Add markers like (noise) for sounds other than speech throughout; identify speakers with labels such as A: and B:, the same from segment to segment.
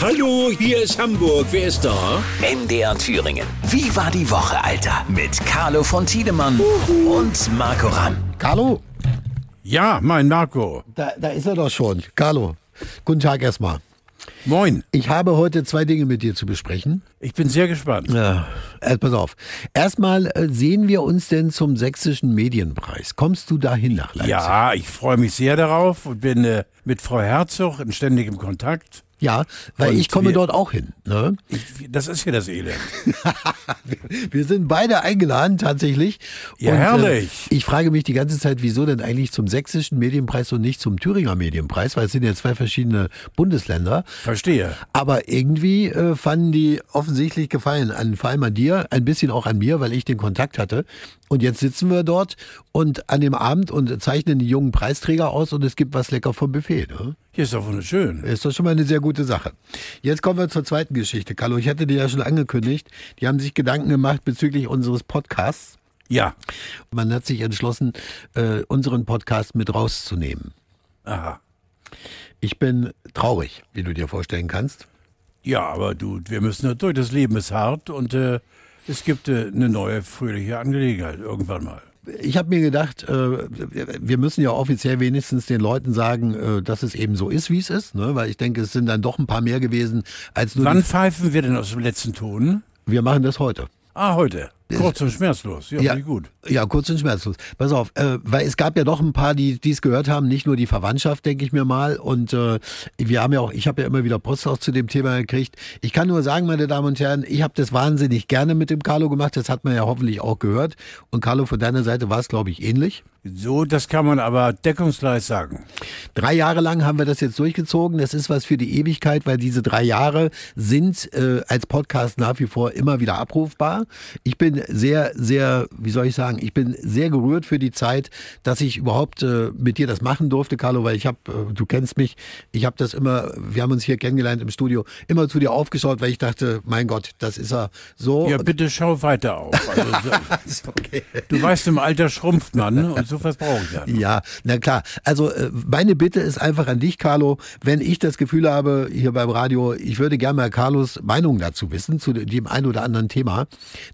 A: Hallo, hier ist Hamburg. Wer ist da?
B: MDR Thüringen. Wie war die Woche, Alter? Mit Carlo von Tiedemann und Marco Ramm.
C: Carlo,
D: Ja, mein Marco.
C: da, da ist er doch schon. Carlo, guten Tag erstmal.
D: Moin.
C: Ich habe heute zwei Dinge mit dir zu besprechen.
D: Ich bin sehr gespannt.
C: Ja. Äh, pass auf. Erstmal äh, sehen wir uns denn zum sächsischen Medienpreis. Kommst du dahin nach Leipzig?
D: Ja, ich freue mich sehr darauf und bin äh, mit Frau Herzog in ständigem Kontakt.
C: Ja, weil
D: Und
C: ich komme
D: wir-
C: dort auch hin. Ne? (laughs)
D: Ich, das ist hier das Elend.
C: Wir sind beide eingeladen tatsächlich.
D: Ja,
C: äh,
D: herrlich.
C: ich frage mich die ganze Zeit, wieso denn eigentlich zum sächsischen Medienpreis und nicht zum Thüringer Medienpreis, weil es sind ja zwei verschiedene Bundesländer.
D: Verstehe.
C: Aber irgendwie äh, fanden die offensichtlich Gefallen an, vor allem an dir, ein bisschen auch an mir, weil ich den Kontakt hatte. Und jetzt sitzen wir dort und an dem Abend und zeichnen die jungen Preisträger aus und es gibt was lecker vom Buffet. Ne?
D: Hier ist doch wunderschön.
C: Ist doch schon mal eine sehr gute Sache. Jetzt kommen wir zur zweiten Geschichte. Carlo, ich hatte dir ja schon angekündigt, die haben sich Gedanken gemacht bezüglich unseres Podcasts.
D: Ja.
C: Man hat sich entschlossen, äh, unseren Podcast mit rauszunehmen.
D: Aha.
C: Ich bin traurig, wie du dir vorstellen kannst.
D: Ja, aber du, wir müssen da durch. Das Leben ist hart und äh, es gibt äh, eine neue fröhliche Angelegenheit irgendwann mal.
C: ich habe mir gedacht, äh, wir müssen ja offiziell wenigstens den Leuten sagen, äh, dass es eben so ist, wie es ist, ne? weil ich denke, es sind dann doch ein paar mehr gewesen als nur.
D: Wann pfeifen wir denn aus dem letzten Ton?
C: die- wir machen das heute.
D: Ah, heute. Kurz und schmerzlos. Ja, ja. gut.
C: ja, kurz und schmerzlos. Pass auf, äh, weil es gab ja doch ein paar, die es gehört haben, nicht nur die Verwandtschaft, denke ich mir mal. Und äh, wir haben ja auch, ich habe ja immer wieder Post auch zu dem Thema gekriegt. Ich kann nur sagen, meine Damen und Herren, ich habe das wahnsinnig gerne mit dem Carlo gemacht. Das hat man ja hoffentlich auch gehört. Und Carlo, von deiner Seite war es, glaube ich, ähnlich.
D: So, das kann man aber deckungsgleich sagen.
C: Drei Jahre lang haben wir das jetzt durchgezogen. Das ist was für die Ewigkeit, weil diese drei Jahre sind äh, als Podcast nach wie vor immer wieder abrufbar. Ich bin sehr, sehr, wie soll ich sagen, ich bin sehr gerührt für die Zeit, dass ich überhaupt äh, mit dir das machen durfte, Carlo, weil ich habe, äh, du kennst mich, ich habe das immer, wir haben uns hier kennengelernt im Studio, immer zu dir aufgeschaut, weil ich dachte, mein Gott, das ist er so.
D: Ja, bitte schau weiter auf. Also, (laughs)
C: (laughs)
D: so-
C: okay.
D: Du weißt, im Alter schrumpft man ne? und so was brauche ich dann.
C: Ja, na klar. Also äh, meine Bitte ist einfach an dich, Carlo, wenn ich das Gefühl habe, hier beim Radio, ich würde gerne mal Carlos Meinung dazu wissen, zu dem einen oder anderen Thema,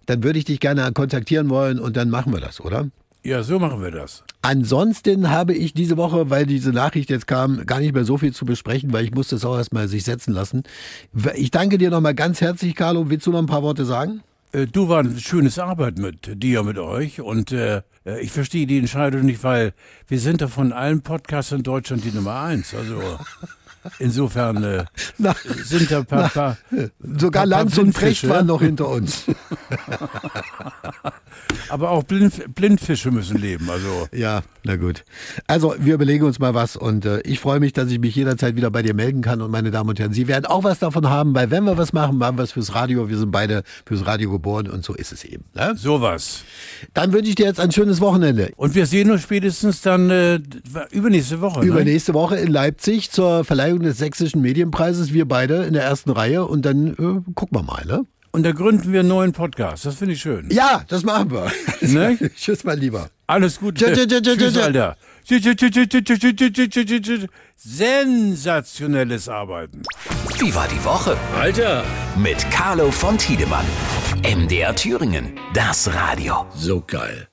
C: dann würde ich dich gerne kontaktieren wollen und dann machen wir das, oder?
D: Ja, so machen wir das.
C: Ansonsten habe ich diese Woche, weil diese Nachricht jetzt kam, gar nicht mehr so viel zu besprechen, weil ich musste es auch erstmal sich setzen lassen. Ich danke dir nochmal ganz herzlich, Carlo. Willst du noch ein paar Worte sagen?
D: Äh, Du war ein schönes Arbeit mit dir, mit euch und äh, äh, ich verstehe die Entscheidung nicht, weil wir sind doch von allen Podcasts in Deutschland die Nummer eins. Also insofern äh,
C: Na,
D: sind da paar, paar
C: sogar
D: Papa
C: Lanz und
D: Blindfisch,
C: Precht
D: ja?
C: waren noch hinter uns.
D: aber auch Blind, Blindfische müssen leben. Also
C: Ja, na gut. Also wir überlegen uns mal was und äh, ich freue mich, dass ich mich jederzeit wieder bei dir melden kann und meine Damen und Herren, Sie werden auch was davon haben, weil wenn wir was machen, machen wir es fürs Radio. Wir sind beide fürs Radio geboren und so ist es eben. Ne?
D: sowas.
C: Dann wünsche ich dir jetzt ein schönes Wochenende.
D: Und wir sehen uns spätestens dann äh, übernächste Woche. ne?
C: Übernächste Woche in Leipzig zur Verleihung des Sächsischen Medienpreises, wir beide in der ersten Reihe und dann äh, gucken wir mal, ne?
D: Und da gründen wir einen neuen Podcast. Das finde ich schön.
C: Ja, das machen (laughs) wir.
D: Ne?
C: Tschüss, mein Lieber.
D: Alles Gute.
C: Tschö, tschö, tschö, tschö,
D: Tschüss,
C: tschö.
D: Alter. Tschö, tschö, tschö, tschö, tschö, tschö, tschö, tschö, tschö, tschö, tschö. Sensationelles Arbeiten.
B: Wie war die Woche?
A: Alter,
B: Mit Carlo von Tiedemann. MDR Thüringen. Das Radio.
A: so geil.